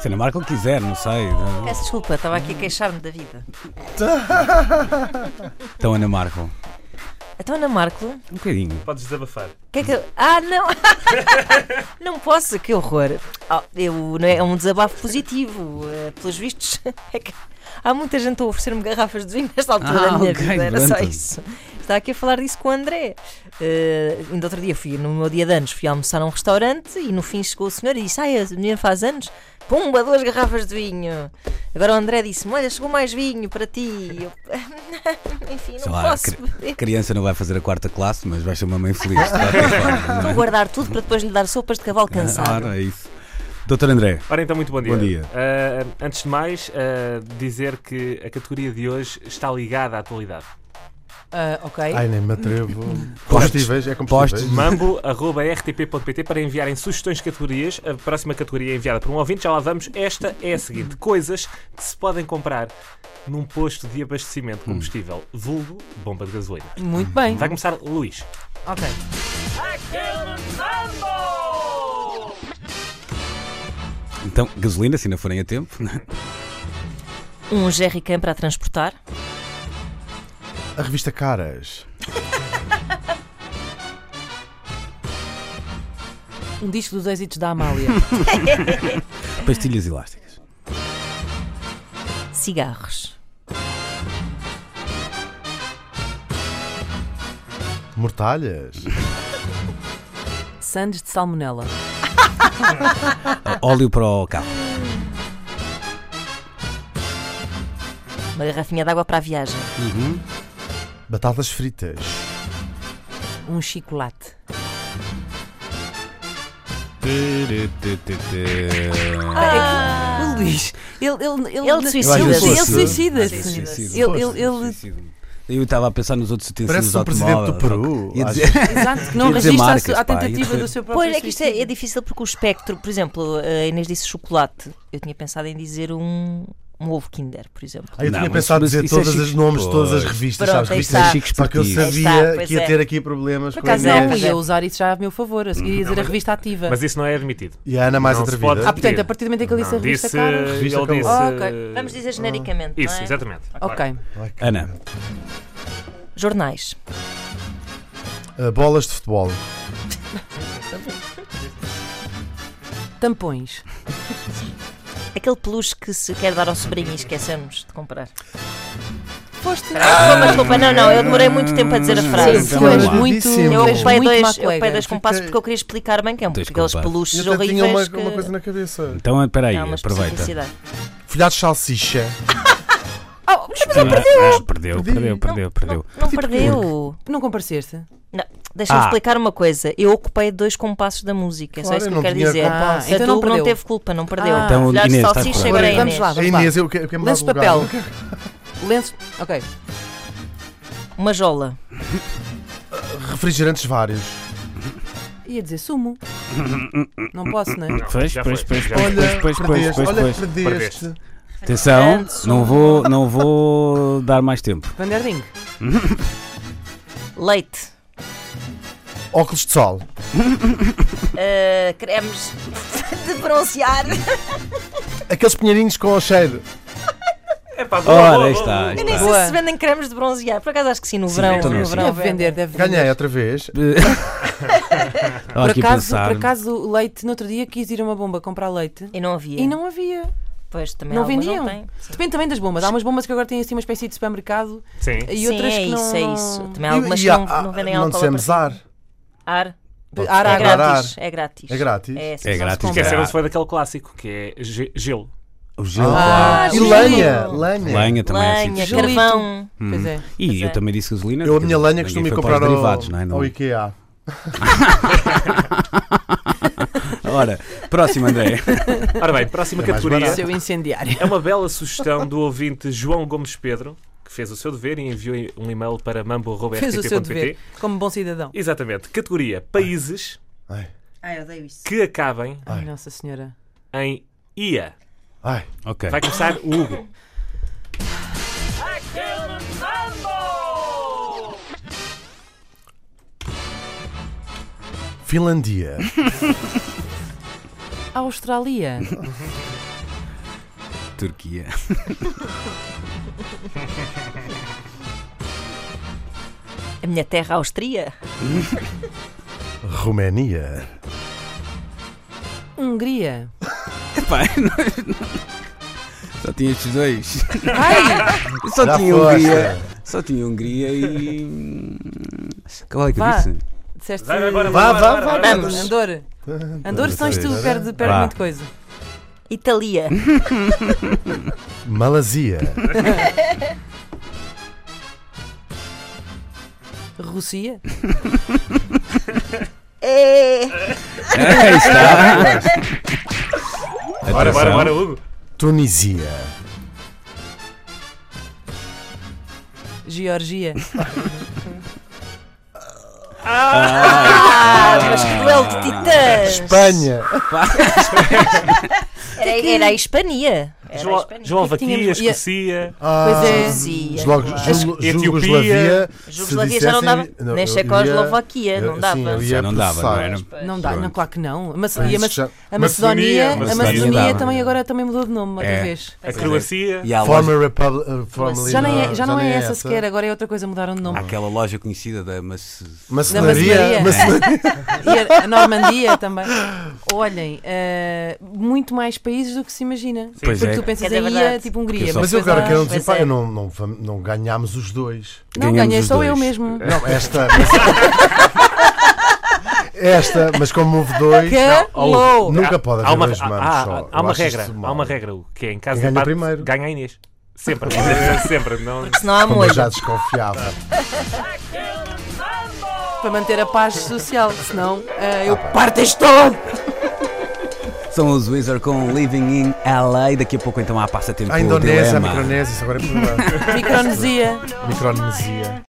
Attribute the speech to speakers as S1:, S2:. S1: Cena marca o que quiser, não sei.
S2: Peço desculpa, estava aqui a queixar-me da vida.
S1: Então, Ana Marco,
S2: Então, Ana Marco, o
S1: um bocadinho.
S3: Podes desabafar.
S2: que é que eu. Ah, não! não posso, que horror! Ah, eu, não é, é um desabafo positivo, eh, pelos vistos. É que há muita gente a oferecer-me garrafas de vinho nesta altura
S1: Ah,
S2: da minha
S1: ok,
S2: vida, era só
S1: pronto.
S2: isso. Estava aqui a falar disso com o André. Eh, ainda outro dia, fui, no meu dia de anos, fui almoçar a um restaurante e no fim chegou o senhor e disse: Ai, a menina faz anos? Pumba, duas garrafas de vinho. Agora o André disse-me: Olha, chegou mais vinho para ti. E Eu, Enfim, não
S1: Sei lá,
S2: posso
S1: cre-
S2: beber.
S1: Criança não vai fazer a quarta classe, mas vai ser uma mãe feliz. de qualquer forma, não
S2: Vou
S1: é?
S2: guardar tudo para depois lhe dar sopas de cavalo cansado.
S1: Ora, é isso. Doutor André,
S3: Ora então, muito bom dia.
S1: Bom dia.
S3: Ah, antes de mais, ah, dizer que a categoria de hoje está ligada à atualidade.
S2: Ah, ok.
S4: Ai, nem me atrevo.
S1: Postes.
S4: Combustíveis, é combustíveis.
S1: Postes.
S3: mambo.rtp.pt para enviarem sugestões de categorias. A próxima categoria é enviada por um ouvinte, já lá vamos. Esta é a seguinte: coisas que se podem comprar num posto de
S1: Hum.
S3: abastecimento de combustível, vulgo bomba de gasolina.
S2: Muito bem.
S3: Vai começar Luís.
S2: Ok.
S1: então, gasolina, se não forem a tempo.
S2: Um jerrycan para transportar.
S4: A revista Caras.
S5: Um disco dos êxitos da Amália.
S1: Pastilhas elásticas.
S2: Cigarros.
S4: Mortalhas.
S5: Sandes de Salmonela.
S1: Óleo para o carro.
S2: Uma garrafinha de água para a viagem.
S4: Batatas fritas.
S5: Um chocolate. O Luís, ele, ele, ele, assim.
S2: Ele suicida-se.
S5: Ele
S1: Ele
S5: suicida-se.
S1: suicida-se.
S5: Ele, ele, ele-
S1: Eu estava a pensar nos outros utensílios
S4: Parece um presidente do
S1: automóvel.
S4: Peru,
S1: Ia
S4: às
S1: dizer-
S5: exato, que não
S1: Ia dizer
S5: registra a
S1: marcas,
S5: su- a
S1: pá, ia
S5: tentativa
S1: dizer-
S5: do seu próprio
S2: Pois é que isto é, é
S5: suicídio.
S2: difícil porque o espectro, por exemplo, a Inês disse chocolate. Eu tinha pensado em dizer um, um ovo Kinder, por exemplo.
S4: Aí eu
S1: Não,
S4: tinha
S1: mas
S4: pensado
S1: isso-
S4: dizer
S1: isso é
S4: todos os
S1: chique.
S4: nomes de todas as
S1: Pois.
S4: revistas,
S2: Pronto,
S4: sabes?
S2: aí
S4: Revistas
S2: está.
S4: chiques Só que eu
S1: Aí
S4: sabia
S2: está, pois
S4: que ia
S2: é.
S4: ter aqui problemas com a
S2: acaso é
S4: Inês.
S5: Não, ia usar isso já a meu favor. Eu ia dizer a revista ativa.
S3: é Mas isso não é admitido.
S4: E a Ana mais
S3: Não se pode-
S4: atrevida.
S5: Ah, portanto, a partir do momento em que ele disse a revista,
S3: disse,
S5: cara.
S3: ele
S4: Revista
S3: disse.
S4: Caras.
S5: Ah, ok.
S2: Vamos dizer genericamente. não
S3: Ah, Isso,
S2: é?
S3: exatamente.
S5: Ok.
S1: Ana,
S2: Jornais.
S4: Ah, bolas de futebol.
S5: Tampões.
S2: Aquele peluche que se quer dar ao sobrinho e esquecemos de comprar.
S5: Foste.
S3: Ah,
S5: ah,
S2: Desculpa, desculpa, não, não, eu demorei muito tempo a dizer a frase.
S5: Sim, tu és
S1: Sim,
S5: muito.
S4: sim.
S2: Eu
S4: Tu
S5: és
S2: ocupei
S5: muito má
S2: dois, eu
S5: colega.
S2: ocupei dois compassos porque eu queria explicar bem que é um
S1: Tens
S2: porque aqueles
S1: compasso.
S4: Eu
S2: peluches
S4: até tinha uma,
S2: horríveis
S4: uma coisa
S2: que
S4: na cabeça.
S1: então espera aí,
S2: há uma
S1: aproveita.
S2: especificidade.
S4: Folhados de salsicha.
S5: Oh, mas
S1: Ah, ah, Perdeu, perdeu, perdeu, perdeu.
S2: Não perdeu.
S5: não compareceste.
S2: Não, Deixa-me
S1: Ah.
S2: explicar uma coisa. Eu ocupei dois compassos da música, é só
S4: Claro,
S2: isso que
S4: não
S2: eu quero
S4: tinha
S2: dizer.
S5: compasso.
S2: então
S5: Então
S2: não,
S5: não perdeu.
S2: teve culpa, não perdeu.
S5: Ah.
S1: Então,
S2: Folhados de
S1: Inês, estás
S2: salsicha,
S1: com
S2: agora é
S5: Vamos
S2: Inês.
S5: lá,
S4: A
S5: vamos lá.
S4: Inês, eu quero eu quero mudar
S5: Lenço
S4: de
S5: de
S4: lugar.
S5: papel. Lenço. Ok.
S2: Uma jola.
S4: Refrigerantes vários.
S5: Ia dizer sumo. Não posso, não é?
S1: Pois,
S3: já
S1: pois,
S3: foi,
S1: pois,
S3: já
S1: pois,
S3: foi.
S1: pois, pois, pois,
S4: Perdeste.
S1: pois,
S4: Olha,
S1: pois.
S4: que perdeste.
S1: Atenção,
S2: Portanto,
S1: não vou, não vou dar mais tempo.
S5: Vanderding.
S2: Leite.
S4: Óculos de sol.
S2: Ah, cremes de bronzear.
S4: Aqueles pinheirinhos com o cheiro.
S3: Epá, boa,
S1: Ora,
S3: boa,
S1: aí
S3: boa,
S1: está. aí
S2: Eu nem sei
S1: está.
S5: Boa. então
S2: se vendem cremes de bronzear. Por acaso acho que sim, no
S1: Sim,
S2: verão.
S1: eu também
S2: No
S1: acho.
S2: verão
S5: Deve vender, deve vender.
S4: Ganhei outra vez.
S1: Estava
S5: Por
S1: aqui a
S5: acaso,
S1: pensar.
S5: por acaso, o leite, no outro dia quis ir a uma bomba comprar leite
S2: E não havia.
S5: e não havia.
S2: Pois também
S5: Não
S2: algumas
S5: vendiam.
S2: têm.
S5: Depende também das bombas. Há umas bombas que agora têm assim uma espécie de supermercado
S3: Sim.
S5: e
S2: Sim,
S5: outras
S2: é
S5: que não.
S2: isso, é isso. Também há
S4: E-
S2: algumas
S4: e
S2: que
S4: há-
S2: não,
S4: há-
S2: não vendem
S4: Não
S2: álcool.
S4: dissemos
S2: para-
S4: ar.
S2: Ar.
S5: Ar,
S2: É
S5: ar,
S4: Agora
S2: grátis.
S4: ar.
S2: É grátis.
S4: É grátis?
S2: É, sim,
S1: É
S2: só se
S1: grátis.
S2: compra.
S3: Esqueceram-se foi daquele clássico que é ge- gelo.
S1: O gelo,
S2: Ah,
S4: E
S2: sim.
S4: lenha. Lenha.
S1: Lenha também é
S2: Lenha,
S1: assim.
S5: Gelo.
S2: carvão.
S5: Pois é.
S1: E
S2: Pois é.
S1: eu também disse gasolina.
S4: Eu a
S1: porque
S4: minha lenha
S1: ninguém
S4: costumo ir
S1: foi para
S4: comprar
S1: os
S4: ao,
S1: derivados, não é? Não-
S4: ao IKEA.
S1: Ora, próximo, André.
S3: Ora bem, próxima
S4: É mais
S3: categoria
S4: barato.
S5: Seu incendiário.
S3: é uma bela sugestão do ouvinte João Gomes Pedro, que fez o seu dever e enviou um e-mail para
S5: Fez o seu
S3: mambo.rtp.pt.
S5: dever como bom cidadão.
S3: Exatamente. Categoria Países
S4: Ai,
S2: Ai, Ah, odeio isso.
S3: que acabem
S5: Ai, Nossa Senhora.
S3: em IA.
S4: ai.
S1: Ok.
S3: Vai começar o Hugo.
S4: Finlandia.
S5: Austrália.
S1: Turquia.
S2: A minha terra austria.
S4: Roménia.
S5: Hungria.
S1: Epá, não- só tinha estes dois.
S5: Ai,
S1: Só
S4: Já
S1: tinha
S4: foste.
S1: Hungria. Só tinha Hungria e. hum, Qual é que eu
S5: Vá.
S1: disse?
S5: disseste.
S3: Vai, vai, bora,
S4: Vá,
S3: bora,
S4: vá,
S3: bora,
S4: vá,
S3: bora.
S4: vá.
S5: Vamos, Andor. Andor, senão isto
S4: Vamos.
S5: perde, perde
S1: Vá.
S5: muita coisa.
S2: Italia.
S4: Malásia.
S5: Rússia.
S2: É.
S1: Aí está.
S3: Bora, bora,
S1: Atenção.
S3: bora, Hugo.
S4: Tunisia.
S5: Geórgia.
S2: Ah, mas que duelo de titãs.
S4: Espanha.
S2: Era, era a Hispania. Era a
S3: João,
S2: Hispania.
S3: João
S5: O que é que
S3: Vaquia,
S5: tínhamos? E a-
S3: Escocia.
S4: Ah,
S5: Pois é.
S2: Sim,
S4: Logo,
S2: claro.
S4: Jugoslavia.
S2: A
S4: se
S2: Jugoslavia já não dava.
S4: dissessem- não,
S2: nem
S4: eu
S2: Checoslovaquia,
S4: ia-
S2: não
S4: eu-
S2: dava.
S4: sim, eu ia
S1: Já não dava, não
S4: processar.
S1: era?
S5: Não dá,
S1: Pronto.
S5: não, claro que não. A, Mace-
S4: Mas
S5: e a, Mace-
S4: já-
S5: a Macedónia, a
S3: Macedónia.
S5: Macedónia,
S1: Macedónia dá.
S5: também agora também mudou de nome outra
S1: É.
S5: vez.
S3: A Croácia.
S1: E há a loja,
S4: Former Republic. uh, formerly
S5: Já, nem é,
S4: known-
S5: já não
S4: nem
S5: é essa, sequer, agora é outra coisa, mudaram de
S1: há
S5: nome.
S1: aquela loja conhecida da Mace...
S4: Macenaria.
S5: Da macenaria.
S4: macenaria.
S5: E a- a Normandia também. Olhem, eh, muito mais países do que se imagina.
S1: Pois
S5: Porque
S1: é.
S5: tu pensas
S2: É
S5: em
S2: verdade.
S5: ia, tipo Hungria.
S1: Porque só-
S4: Mas eu
S5: depois
S4: agora
S5: há-
S4: quero
S2: pois
S4: dizer, pá,
S2: é.
S4: eu não, não, fam- não ganhámos os dois. É.
S5: Não,
S1: Ganhamos
S5: ganhei
S1: os
S5: só eu
S1: dois.
S5: mesmo.
S4: Não, esta. mas- esta, mas como houve dois.
S5: Que
S3: Oh,
S5: louco!
S4: Nunca
S3: há-
S4: pode
S3: há
S4: haver
S3: uma,
S4: dois
S3: há-
S4: manos
S3: há-
S4: só. Eu
S3: Há uma
S4: acho
S3: regra,
S4: isso
S3: há
S4: mal.
S3: uma regra, Hugo, que é em casa
S4: Ganha
S3: de empate,
S4: primeiro.
S3: ganha a Inês. Sempre, sempre. Não...
S2: Senão há
S4: Como é eu já
S2: molho.
S4: desconfiava.
S5: Para manter a paz social, senão eh, eu parto isto todo!
S1: São os Wizard com Living in LA. Daqui a pouco
S3: um
S1: então há passatempo
S4: A Indonésia, a
S1: dilema.
S4: Micronésia, isso agora é problema.
S5: Micronesia.
S4: Micronesia.